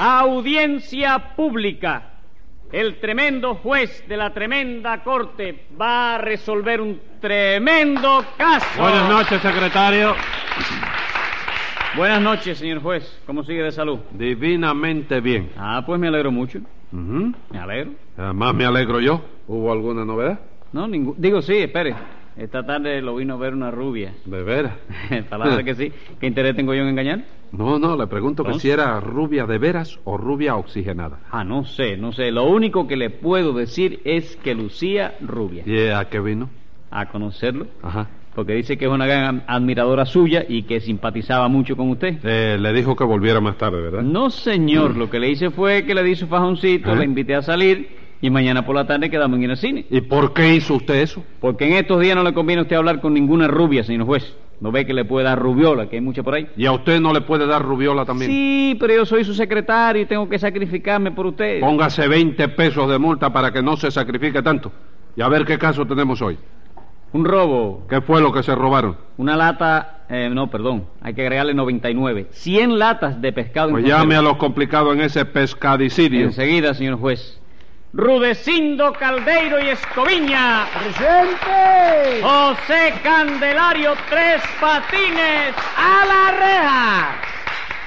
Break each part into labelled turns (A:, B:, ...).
A: Audiencia pública. El tremendo juez de la tremenda corte va a resolver un tremendo caso.
B: Buenas noches, secretario.
A: Buenas noches, señor juez. ¿Cómo sigue de salud?
B: Divinamente bien.
A: Ah, pues me alegro mucho.
B: Ujú.
A: Me alegro.
B: Además, me alegro yo. ¿Hubo alguna novedad?
A: No, ningún. Digo, sí, espere. Esta tarde lo vino a ver una rubia.
B: De veras.
A: Palabra que sí. ¿Qué interés tengo yo en engañar?
B: No, no, le pregunto que
A: ¿Entonces?
B: si era rubia de veras o rubia oxigenada.
A: Ah, no sé, no sé. Lo único que le puedo decir es que lucía rubia.
B: ¿Y a qué vino?
A: A conocerlo.
B: Ajá.
A: Porque dice que es una gran admiradora suya y que simpatizaba mucho con usted.
B: Eh, le dijo que volviera más tarde, ¿verdad?
A: No, señor. Lo que le hice fue que le di su fajoncito,
B: ¿Eh?
A: le invité a salir y mañana por la tarde quedamos en el cine.
B: ¿Y por qué hizo usted eso?
A: Porque en estos días no le conviene a usted hablar con ninguna rubia, señor juez. ¿No ve que le puede dar rubiola, que hay mucha por ahí?
B: ¿Y a usted no le puede dar rubiola también?
A: Sí, pero yo soy su secretario y tengo que sacrificarme por usted.
B: Póngase 20 pesos de multa para que no se sacrifique tanto. Y a ver qué caso tenemos hoy.
A: Un robo,
B: ¿Qué fue lo que se robaron?
A: una lata, eh, no, perdón, hay que agregarle 99. 100 latas de pescado en
B: Pues llame a
A: conserva.
B: los complicados en ese pescadicidio.
A: Enseguida, señor juez. Rudecindo Caldeiro y Escoviña.
C: ¡Presente!
A: José Candelario Tres Patines a la reja.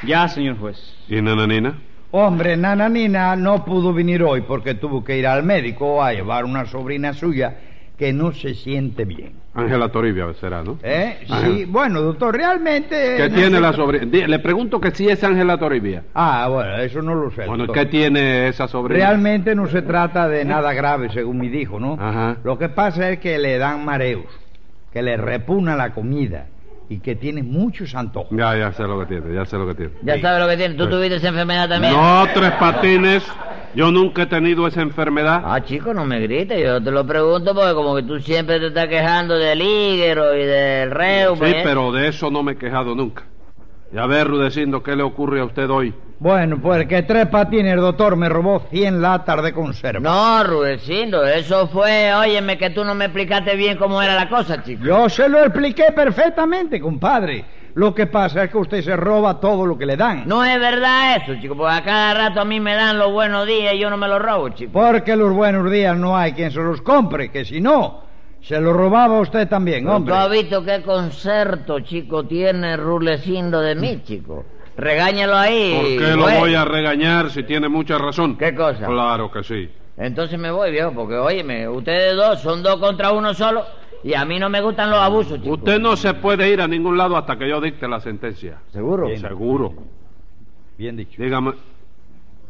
A: Ya, señor juez.
B: ¿Y nananina?
C: Hombre, Nananina no pudo venir hoy porque tuvo que ir al médico a llevar una sobrina suya que no se siente bien.
B: Ángela Toribia será, ¿no?
C: ¿Eh?
B: Ajá.
C: Sí, bueno, doctor, realmente...
B: Ah. ¿Qué
C: no
B: tiene
C: sé-
B: la sobrina? Di- Le pregunto que si es Ángela Toribia.
C: Ah, bueno, eso no lo sé.
B: Bueno,
C: doctor.
B: ¿qué tiene esa sobrina?
C: Realmente no se trata de nada grave, según me dijo, ¿no?
B: Ajá.
C: Lo que pasa es que le dan mareos, que le repugna la comida y que tiene muchos antojos.
B: Ya, ya sé lo que tiene, ya sé lo que tiene.
D: Ya sabes lo que tiene. Tú tuviste esa enfermedad también.
B: Pues- No, tres patines. Yo nunca he tenido esa enfermedad.
D: Ah, chico, no me grites. Yo te lo pregunto porque como que tú siempre te estás quejando del hígado y del
C: eh,
D: reo. pues.
B: Sí, pero de eso no me he quejado nunca. Y a ver, Rudecindo, ¿qué le ocurre a usted hoy?
C: Bueno, pues que tres patines, el doctor, me robó 100 latas de conserva.
D: No, Rudecindo, eso fue... Óyeme, que tú no me explicaste bien cómo era la cosa, chico.
C: Yo se lo expliqué perfectamente, compadre. Lo que pasa es que usted se roba todo lo que le dan.
D: No es verdad eso, chico, porque a cada rato a mí me dan los buenos días y yo no me los robo, chico.
C: Porque los buenos días no hay quien se los compre, que si no, se los robaba usted también,
D: Pero
C: hombre.
D: ¿Tú has visto qué concierto, chico, tiene Rudecindo de mí, chico? Regáñalo ahí. pues.
B: ¿Por qué lo
D: juez.
B: voy a regañar si tiene mucha razón?
D: ¿Qué cosa?
B: Claro que sí.
D: Entonces me voy, viejo, porque óyeme, ustedes dos son dos contra uno solo y a mí no me gustan los abusos, chicos.
B: Usted no se puede ir a ningún lado hasta que yo dicte la sentencia.
C: ¿Seguro? Bien,
B: Seguro.
C: bien dicho.
B: Dígame.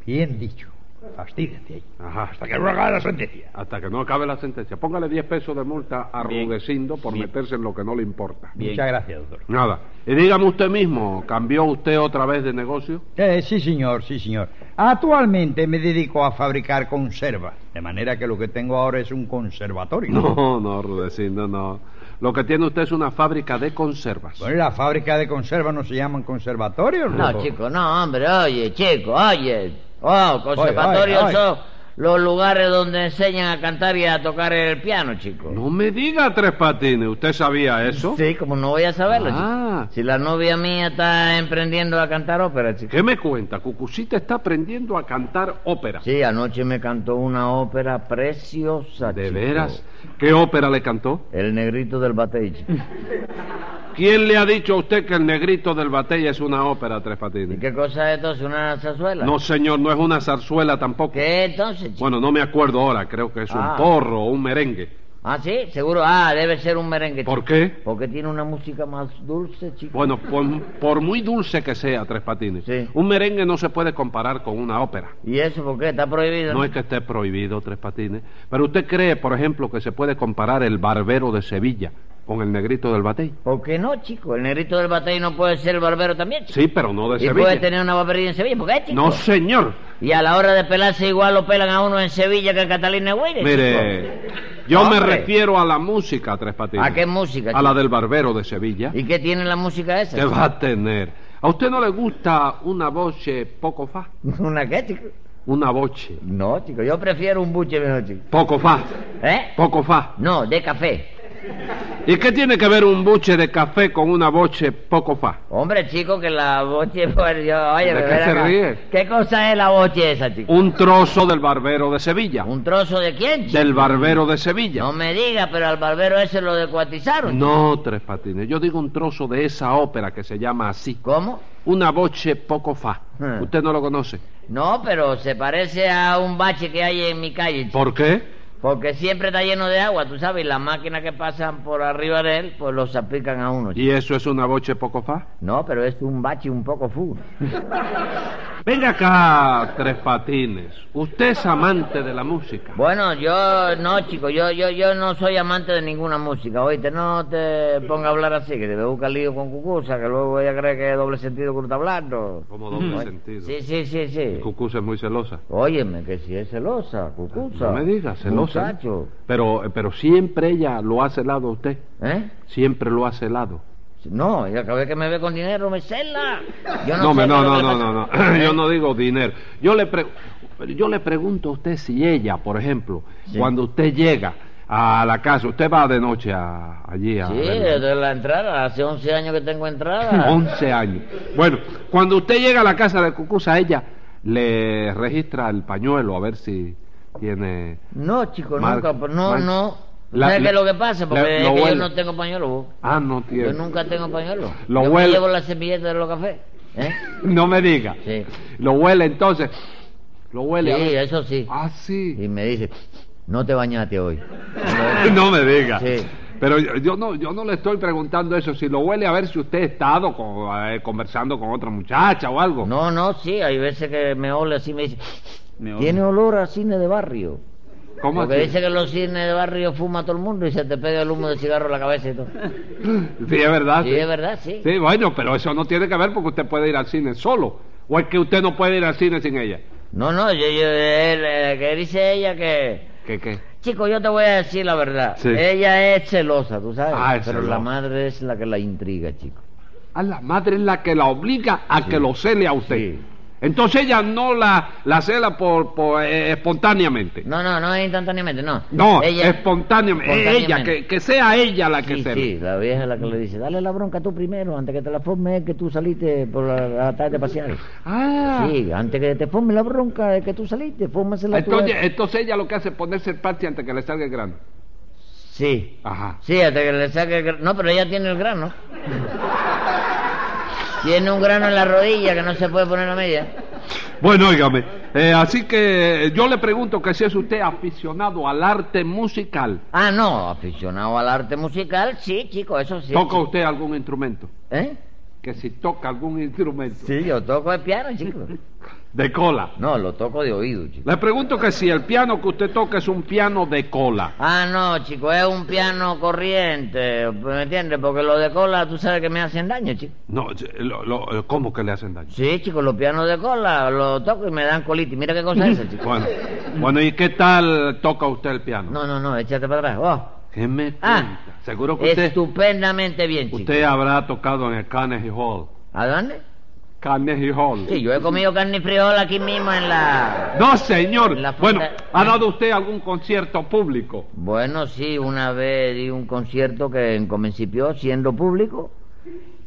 C: Bien dicho. Fastírate ahí.
B: Ajá, hasta que,
C: no haga la sentencia.
B: hasta que no acabe la sentencia. Póngale 10 pesos de multa a
A: Bien.
B: Rudecindo por
A: Bien.
B: meterse en lo que no le importa.
A: Bien.
C: Muchas gracias, doctor.
B: Nada. Y dígame usted mismo, ¿cambió usted otra vez de negocio?
C: Eh, sí, señor, sí, señor. Actualmente me dedico a fabricar conservas, de manera que lo que tengo ahora es un conservatorio.
B: No, no, Rudecindo, no. Lo que tiene usted es una fábrica de conservas.
C: Bueno, la fábrica de conservas no se llaman conservatorios,
D: No,
C: loco?
D: chico, no, hombre, oye, chico, oye. Oh, conservatorios
C: Oye, oye, oye.
D: son los lugares donde enseñan a cantar y a tocar el piano, chico.
B: No me diga tres patines, ¿usted sabía eso?
D: Sí, como no voy a saberlo,
B: Ah.
D: chico. Si la novia mía está emprendiendo a cantar ópera, chico.
B: ¿Qué me cuenta? Cucucita está aprendiendo a cantar ópera.
D: Sí, anoche me cantó una ópera preciosa,
B: ¿De
D: chico.
B: veras? ¿Qué ópera le cantó?
D: El negrito del batey, chico.
B: ¿Quién le ha dicho a usted que el negrito del batey es una ópera, Tres
D: ¿Y
B: Patines?
D: qué cosa es esto? ¿Es una zarzuela?
B: No, señor, no es una zarzuela tampoco.
D: ¿Qué entonces, chico?
B: Bueno, no me acuerdo ahora, creo que es un
D: Ah.
B: porro o un merengue.
D: Ah, sí, seguro. Ah, debe ser un merengue. chico.
B: ¿Por qué?
D: Porque tiene una música más dulce, chico.
B: Bueno, por, por muy dulce que sea, Tres Patines,
D: Sí.
B: un merengue no se puede comparar con una ópera.
D: ¿Y eso por qué? ¿Está prohibido?
B: No es que esté prohibido, Tres Patines. Pero usted cree, por ejemplo, que se puede comparar el barbero de Sevilla con el negrito del batey.
D: ¿Por qué no, chico? El negrito del batey no puede ser el barbero también, chico.
B: Sí, pero no de
D: Y puede
B: Sevilla.
D: tener una barbería en Sevilla, ¿por qué, chico?
B: No, señor.
D: Y a la hora de pelarse igual lo pelan a uno en Sevilla que en Catalina Güeres,
B: Mire, yo me
D: Hombre.
B: refiero a la música, Tres Patines.
D: ¿A qué música,
B: A la
D: chico?
B: del barbero de Sevilla.
D: ¿Y qué tiene la música esa?
B: ¿Qué
D: chico?
B: va a tener? ¿A usted no le gusta una voce poco fa?
D: ¿Una qué, chico?
B: Una voce.
D: No, chico, yo prefiero un buche mejor, chico.
B: Poco fa.
D: ¿Eh?
B: Poco fa.
D: No, de café.
B: ¿Y qué tiene que ver un buche de café con una boche poco fa?
D: Hombre, chico, que la boche... pues, yo- oye,
B: ¿De
D: pero
B: qué
D: ven
B: se
D: acá.
B: ríe?
D: ¿Qué cosa es la boche esa, chico?
B: Un trozo del barbero de Sevilla.
D: ¿Un trozo de quién, chico?
B: Del barbero de Sevilla.
D: No me diga, pero al barbero ese lo decuatizaron.
B: No, Tres Patines. Yo digo un trozo de esa ópera que se llama así.
D: ¿Cómo?
B: Una boche poco fa.
D: Eh.
B: Usted no lo conoce.
D: No, pero se parece a un bache que hay en mi calle, chico.
B: ¿Por qué?
D: Porque siempre está lleno de agua, tú sabes, y las máquinas que pasan por arriba de él, pues los aplican a uno, chico.
B: ¿Y eso es una boche poco fa?
D: No, pero es un bache un poco fu.
B: Venga acá, Tres Patines. Usted es amante de la música.
D: Bueno, yo no, chico, yo, yo, yo no soy amante de ninguna música, oíste, no te ponga a hablar así, que te busca lío con cucusa, que luego ella cree que es doble sentido que tú estás hablando.
B: Como doble sentido.
D: Sí, sí, sí, sí.
B: Cucusa es muy celosa.
D: Óyeme, que si es celosa, cucusa.
B: No me digas, celosa. ¿eh?
D: Muchacho.
B: Pero, eh, pero siempre ella lo ha celado a usted.
D: ¿Eh?
B: Siempre lo ha celado.
D: No, ella cada vez que me ve con dinero me cela. Yo
B: No,
D: no,
B: me-
D: sé
B: no,
D: qué es
B: no,
D: lo que
B: no,
D: le
B: no,
D: pasa.
B: no. Yo
D: ¿Eh?
B: no digo dinero. Yo le, pre- yo le pregunto a usted si ella, por ejemplo, cuando usted llega a la casa, usted va de noche a- allí a...
D: Sí,
B: verla.
D: desde la entrada, hace 11 años que tengo entrada.
B: 11 años. Bueno, cuando usted llega a la casa de Cucusa, ella le registra el pañuelo a ver si tiene...
D: No, chico,
B: Mar-
D: nunca, pues, no,
B: Mar-
D: no.
B: La-
D: ¿Sabes qué
B: la-
D: es lo que pasa? Porque
B: la-
D: es
B: lo
D: que yo
B: huele.
D: no tengo pañuelo. vos.
B: Ah, no tiene.
D: Yo nunca tengo pañuelo.
B: Lo
D: yo me
B: huele-
D: llevo la servilleta de los cafés. ¿eh?
B: No me diga.
D: Sí.
B: Lo huele entonces. Lo huele. a
D: Sí, eh.
B: ver.
D: eso sí.
B: Ah, sí.
D: Y me dice, no te bañaste hoy.
B: no me diga.
D: Sí.
B: Pero yo, yo no, yo no le estoy preguntando eso. Si lo huele a ver si usted ha estado con- eh, conversando con otra muchacha o algo.
D: No, no, sí, hay veces que me ole así, me dice,
A: Me
D: tiene
A: odio.
D: olor a cine de barrio.
B: ¿Cómo
D: Porque
B: así?
D: dice que los cines de barrio fuma todo el mundo y se te pega el humo de cigarro en la cabeza y todo.
B: Ah, Sí, es verdad.
D: Sí, es verdad, sí.
B: Sí, bueno, pero eso no tiene que ver porque usted puede ir al cine solo. O es que usted no puede ir al cine sin ella.
D: No, no, yo, yo- él, eh, que dice ella que...
B: ¿Qué, qué?
D: Chico, yo te voy a decir la verdad.
B: Sí.
D: Ella es celosa, tú sabes.
B: Ah, es
D: Pero
B: celosa.
D: la madre es la que la intriga, chico.
B: A la madre es la que la obliga a que lo cele a usted.
D: Sí.
B: Entonces ella no la, la cela por, por, eh, espontáneamente.
D: No, no, no es instantáneamente, no.
B: No,
D: Ella-
B: espontáneamente. Eh, Ella, que, que sea ella la que
D: Sí,
B: cele.
D: sí, la vieja es la que le dice, dale la bronca tú primero, antes que te la forme es que tú saliste por la, la tarde a pasear.
B: Ah.
D: Sí, antes que te forme la bronca es que tú saliste, fórmasela tú.
B: Entonces, eh, entonces ella lo que hace es ponerse el parche antes que le salga el grano.
D: Sí,
B: Ajá.
D: sí, hasta que le saque el grano. No, pero ella tiene el grano. tiene un grano en la rodilla que no se puede poner a media.
B: Bueno, óigame. eh, así que yo le pregunto que si es usted aficionado al arte musical.
D: Ah, no, aficionado al arte musical, sí, chico, eso sí.
B: ¿Toca
D: chico.
B: usted algún instrumento?
D: ¿Eh?
B: Que si toca algún instrumento.
D: Sí, yo toco el piano, chico.
B: De cola.
D: No, lo toco de oído, chico.
B: Le pregunto que si el piano que usted toca es un piano de cola.
D: Ah, no, chico, es un piano corriente, ¿me entiendes? Porque lo de cola, tú sabes que me hacen daño, chico.
B: No, eh, lo- lo- ¿cómo que le hacen daño?
D: Sí, chico, los pianos de cola los toco y me dan colitis. Mira qué cosa es esa, chico.
B: Bueno, bueno, ¿y qué tal toca usted el piano?
D: No, no, no, échate para atrás. Oh,
B: ¿Qué me
D: Ah.
B: cuenta? Seguro que usted,
D: estupendamente bien, chico.
B: usted habrá tocado en el Carnegie Hall.
D: ¿A dónde?
B: Carnegie Hall.
D: Sí, yo he comido carne y frijol aquí mismo en la...
B: No, señor.
D: La
B: Bueno,
D: fonda-
B: ¿ha dado usted algún concierto público?
D: Bueno, sí, una vez di un concierto que en principio siendo público,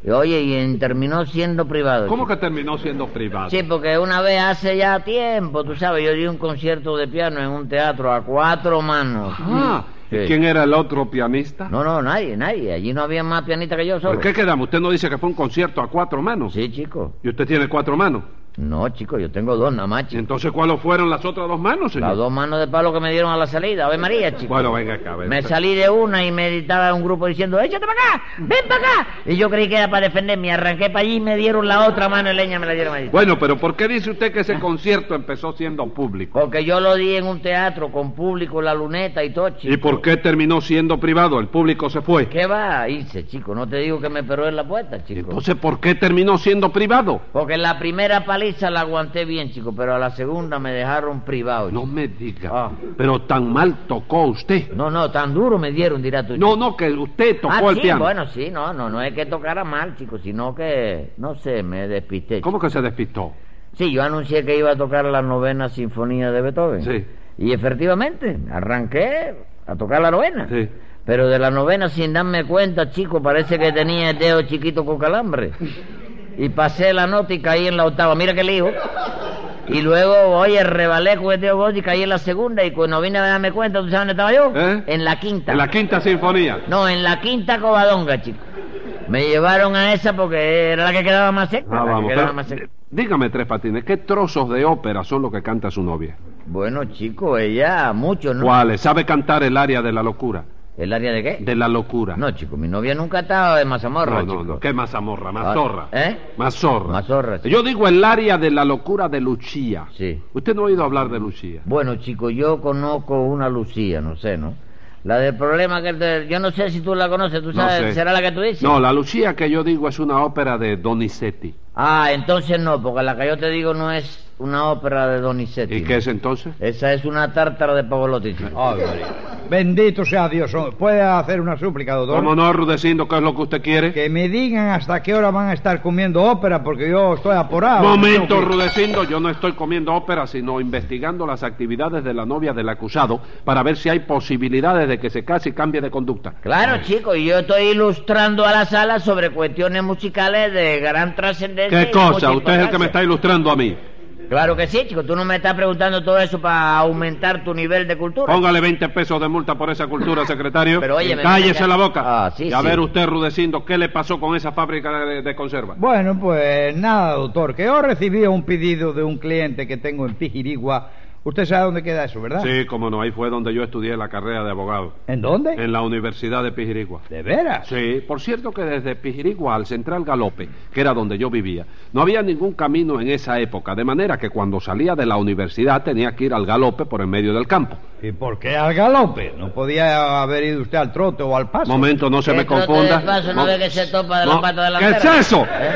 D: y, oye, y en- terminó siendo privado.
B: ¿Cómo
D: chico.
B: que terminó siendo privado?
D: Sí, porque una vez hace ya tiempo, tú sabes, yo di un concierto de piano en un teatro a cuatro manos.
B: Ah, ¿y
D: Sí.
B: ¿quién era el otro pianista?
D: No, no, nadie, nadie. Allí no había más pianista que yo solo.
B: ¿Por qué quedamos? Usted no dice que fue un concierto a cuatro manos.
D: Sí, chico.
B: ¿Y usted tiene cuatro manos?
D: No, chico, yo tengo dos nada más,
B: ¿Y
D: chico.
B: entonces cuáles fueron las otras dos manos, señor?
D: Las dos manos de palo que me dieron a la salida. Ave María, chico.
B: Bueno, venga acá, venga.
D: Me salí de una y me gritaba un grupo diciendo, échate para acá, ven para acá. Y yo creí que era para defenderme. Arranqué para allí y me dieron la otra mano y leña, me la dieron allí.
B: Bueno, pero ¿por qué dice usted que ese concierto empezó siendo público?
D: Porque yo lo di en un teatro con público, la luneta y todo, chico.
B: ¿Y por qué terminó siendo privado? El público se fue.
D: ¿Qué va a irse, chico? No te digo que me peró en la puerta,
B: ¿Y
D: chico.
B: Entonces, ¿por qué terminó siendo privado?
D: Porque la primera paliza la aguanté bien, chico, pero a la segunda me dejaron privado.
B: No
D: chico.
B: me diga.
D: Pues Ah.
B: Pero tan mal tocó usted.
D: No, no, tan duro me dieron, dirá tú.
B: No,
D: chico.
B: no, que usted tocó
D: ah,
B: el
D: sí,
B: piano.
D: bueno, sí, no, no, no es que tocara mal, chico, sino que, no sé, me despisté. chico.
B: ¿Cómo que se despistó?
D: Sí, yo anuncié que iba a tocar la novena sinfonía de Beethoven.
B: Sí.
D: Y efectivamente, arranqué a tocar la novena.
B: Sí.
D: Pero de la novena, sin darme cuenta, chico, parece que tenía el dedo chiquito con calambre. Y pasé la nota y caí en la octava. Mira qué lío. Y luego, oye, rebalé con el dedo gordo y caí en la segunda. Y cuando vine a darme cuenta, ¿tú sabes dónde estaba yo?
B: ¿Eh?
D: En la quinta.
B: En la quinta sinfonía.
D: No, en la quinta cobadonga, chico. Me llevaron a esa porque era la que quedaba más cerca.
B: Ah,
D: la que
B: vamos,
D: quedaba
B: pero,
D: más cerca.
B: d- dígame, Tres Patines, ¿qué trozos de ópera son los que canta su novia?
D: Bueno, chico, ella, mucho, ¿no?
B: ¿Cuáles? ¿Sabe cantar el área de la locura?
D: ¿El área de qué?
B: De la locura.
D: No, chico, mi novia nunca estaba de mazamorra,
B: no, no,
D: chico.
B: no, ¿Qué mazamorra? Mazorra.
D: ¿Eh?
B: Mazorra.
D: Mazorra, sí.
B: Yo digo el área de la locura de Lucía.
D: Sí.
B: Usted no ha oído hablar de Lucía.
D: Bueno, chico, yo conozco una Lucía, no sé, ¿no? La del problema que... te- Yo no sé si tú la conoces, ¿tú
B: No
D: sabes?
B: sé.
D: ¿Será la que tú dices?
B: No, la Lucía que yo digo es una ópera de Donizetti.
D: Ah, entonces no, porque la que yo te digo no es una ópera de Donizetti.
B: ¿Y
D: ¿no?
B: qué es Ah. entonces?
D: Esa es una tártara de Pavolotti, chico.
C: Ay, María. Bendito sea Dios. hombre. ¿Puede hacer una súplica, doctor?
B: ¿Cómo no, Rudecindo, qué es lo que usted quiere?
C: Que me digan hasta qué hora van a estar comiendo ópera, porque yo estoy apurado.
B: Momento,
C: Tengo que-
B: Rudecindo, yo no estoy comiendo ópera, sino investigando las actividades de la novia del acusado para ver si hay posibilidades de que se case y cambie de conducta.
D: Oh, Claro, chico, y yo estoy ilustrando a la sala sobre cuestiones musicales de gran trascendencia.
B: ¿Qué
D: y
B: cosa?
D: mucha
B: Usted es el que me está
D: importancia.
B: ilustrando a mí.
D: Claro que sí, chico, tú no me estás preguntando todo eso para aumentar tu nivel de cultura.
B: Póngale 20 pesos de multa por esa cultura, secretario.
D: Pero óyeme,
B: Cállese la
D: venga.
B: boca.
D: Ah, sí,
B: y a
D: sí.
B: ver usted, Rudecindo, ¿qué le pasó con esa fábrica de, de conserva?
C: Bueno, pues nada, doctor, que yo recibí un pedido de un cliente que tengo en Pijirigua. Usted sabe dónde queda eso, ¿verdad?
B: Sí, como no, ahí fue donde yo estudié la carrera de abogado,
C: ¿En dónde?
B: en la Universidad de Pijirigua.
C: ¿De veras?
B: Sí, por cierto que desde Pijirigua al Central Galope, que era donde yo vivía, no había ningún camino en esa época, de manera que cuando salía de la universidad tenía que ir al galope por en medio del campo.
C: ¿Y por qué al galope? ¿No podía haber ido usted al trote o al paso?
B: Momento, no se
D: ¿Qué
B: me
D: trote
B: confunda.
D: de paso no ve que se topa de la pata delantera?
B: ¿Qué es eso?
D: ¿Eh?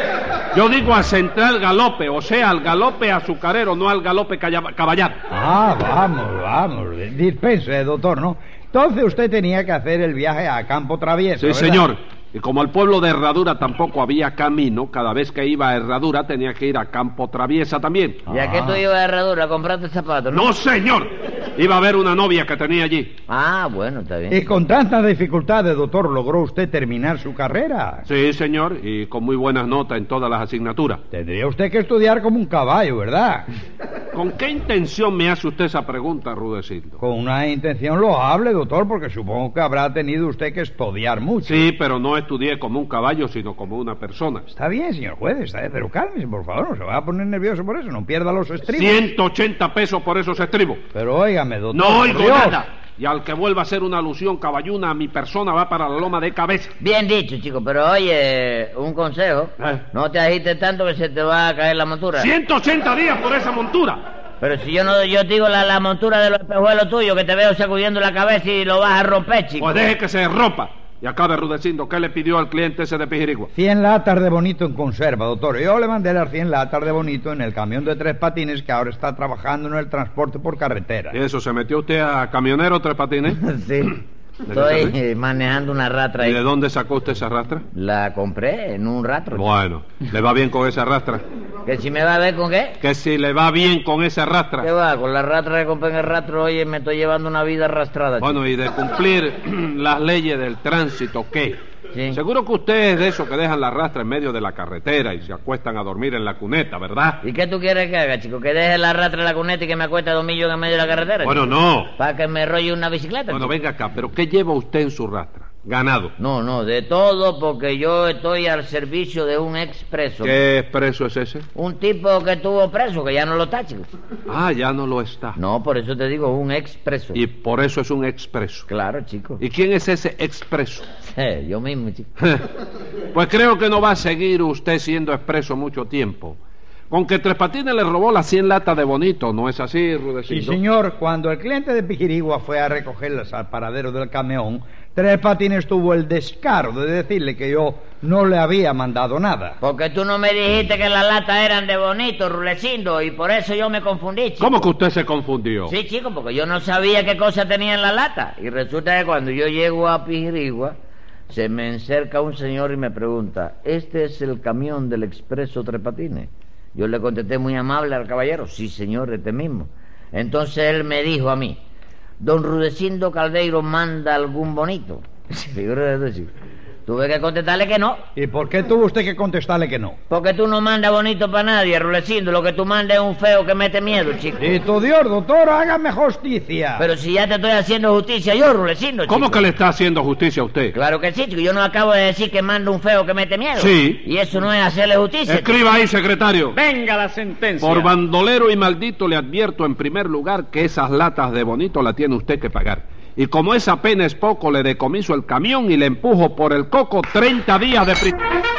B: Yo digo al Central Galope, o sea, al galope azucarero, no al galope calla- caballar.
C: Ah, vamos, vamos. Dispense, doctor, ¿no? Entonces usted tenía que hacer el viaje a Campo Travieso.
B: Sí,
C: ¿verdad?
B: señor. Y como al pueblo de Herradura tampoco había camino, cada vez que iba a Herradura tenía que ir a Campo Traviesa también.
D: ¿Y a qué tú ibas a herradura? ¿Compraste zapatos?
B: Ah. No, señor. Iba a ver una novia que tenía allí.
D: Ah, bueno, está
B: Eh.
D: bien.
C: Y con tantas dificultades, doctor, logró usted terminar su carrera.
B: Sí, señor, y con muy buenas notas en todas las asignaturas.
C: Tendría usted que estudiar como un caballo, ¿verdad?
B: ¿Con qué intención me hace usted esa pregunta, Rudecindo?
C: Con una intención loable, doctor, porque supongo que habrá tenido usted que estudiar mucho.
B: Sí, pero no estudié como un caballo, sino como una persona.
C: Está bien, señor juez, está bien, pero cálmese, por favor, no se va a poner nervioso por eso, no pierda los estribos.
B: 180 pesos por esos estribos.
C: Pero óigame, doctor.
B: No
C: por
B: oigo
C: Dios.
B: nada. Y al que vuelva a hacer una alusión caballuna a mi persona va para la loma de cabeza.
D: Bien dicho, chico, pero oye, un consejo.
B: Eh.
D: No te agites tanto que se te va a caer la montura.
B: 180 días por esa montura.
D: Pero si yo no, yo te digo la, la montura de los espejuelos tuyos, que te veo sacudiendo la cabeza y lo vas a romper, chico.
B: Pues deje que se rompa. Y acabe Rudecindo, ¿qué le pidió al cliente ese de Pijirigua?
C: 100 latas de bonito en conserva, doctor. Yo le mandé las 100 latas de bonito en el camión de tres patines que ahora está trabajando en el transporte por carretera.
B: ¿Y eso se metió usted a camionero tres patines?
D: sí. Estoy eh, manejando una ratra
B: ¿Y de
D: ahí.
B: dónde sacó usted esa rastra?
D: La compré en un ratro. chico.
B: Bueno, ¿le va bien con esa rastra?
D: ¿Que si me va a ver con qué?
B: Que si le va bien con esa
D: ¿Qué
B: rastra.
D: va? Con la ratra que compré en el ratro, oye, me estoy llevando una vida arrastrada. chico.
B: Bueno, y de cumplir las leyes del tránsito, ¿qué?
D: Sí.
B: Seguro que usted es de esos que dejan la rastra en medio de la carretera y se acuestan a dormir en la cuneta, ¿verdad?
D: ¿Y qué tú quieres que haga, chico? ¿Que deje la ratra en la cuneta y que me acueste dos millones en medio de la carretera?
B: Bueno,
D: chico?
B: no.
D: ¿Para que me rolle una bicicleta?
B: Bueno,
D: chico?
B: venga acá, pero ¿qué lleva usted en su rastra? Ganado.
D: No, no, de todo porque yo estoy al servicio de un ex preso.
B: ¿Qué expreso es ese?
D: Un tipo que estuvo preso, que ya no lo está, chico.
B: Ah, ya no lo está.
D: No, por eso te digo, un ex preso.
B: Y por eso es un expreso.
D: Claro, chico.
B: ¿Y quién es ese expreso?
D: Sí, yo mismo, chico.
B: pues creo que no va a seguir usted siendo expreso mucho tiempo. Con que Tres Patines le robó las 100 latas de bonito, ¿no es así,
C: Sí,
B: Rudecindo?
C: señor, cuando el cliente de Pijirigua fue a recogerlas al paradero del camión, Tres Patines tuvo el descaro de decirle que yo no le había mandado nada.
D: Porque tú no me dijiste que las latas eran de bonito, rulecindo, y por eso yo me confundí, chico.
B: ¿Cómo que usted se confundió?
D: Sí, chico, porque yo no sabía qué cosa tenía en la lata. Y resulta que cuando yo llego a Pijirigua, se me encerca un señor y me pregunta, ¿este es el camión del expreso Trepatines? Yo le contesté muy amable al caballero, sí, señor, este mismo. Entonces él me dijo a mí, don Rudecindo Caldeiro manda algún bonito. Figúrate tú, chico. Tuve que contestarle que no.
C: ¿Y por qué tuvo usted que contestarle que no?
D: Porque tú no mandas bonito para nadie, Rulecindo. Lo que tú mandas es un feo que mete miedo, chico.
C: Y tu Dios, doctor, hágame justicia.
D: Pero si ya te estoy haciendo justicia yo, Rulecindo, chico.
B: ¿Cómo que le está haciendo justicia a usted?
D: Claro que sí, chico. Yo no acabo de decir que manda un feo que mete miedo.
B: Sí.
D: Y eso no es hacerle justicia. chico.
B: Escriba ahí, secretario.
A: Venga la sentencia.
B: Por bandolero y maldito le advierto en primer lugar que esas latas de bonito la tiene usted que pagar. Y como esa pena es poco, le decomiso el camión y le empujo por el coco 30 días de prisión.